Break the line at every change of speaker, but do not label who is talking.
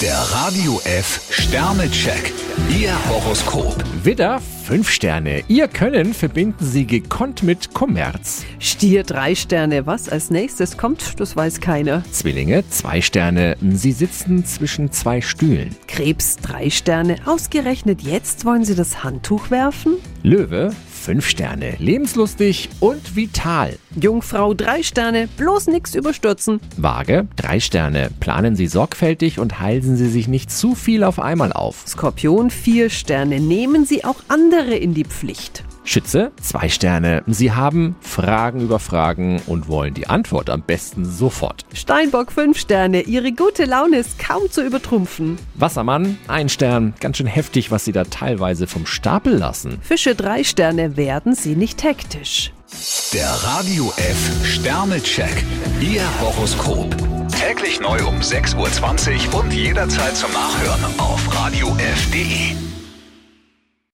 Der Radio F Sternecheck. Ihr Horoskop.
Widder, 5 Sterne. Ihr Können verbinden Sie gekonnt mit Kommerz.
Stier drei Sterne. Was als nächstes kommt, das weiß keiner.
Zwillinge, 2 Sterne. Sie sitzen zwischen zwei Stühlen.
Krebs drei Sterne. Ausgerechnet jetzt wollen Sie das Handtuch werfen?
Löwe, 5 Sterne. Lebenslustig und vital.
Jungfrau drei Sterne. Bloß nichts überstürzen.
Waage, 3 Sterne. Planen Sie sorgfältig und heilen Sie sich nicht zu viel auf einmal auf.
Skorpion vier Sterne. Nehmen Sie auch andere in die Pflicht.
Schütze, 2 Sterne. Sie haben Fragen über Fragen und wollen die Antwort am besten sofort.
Steinbock fünf Sterne. Ihre gute Laune ist kaum zu übertrumpfen.
Wassermann, 1 Stern. Ganz schön heftig, was Sie da teilweise vom Stapel lassen.
Fische drei Sterne. Werden Sie nicht hektisch.
Der Radio F Sternecheck. Ihr Horoskop. Täglich neu um 6.20 Uhr und jederzeit zum Nachhören auf Radio radiof.de.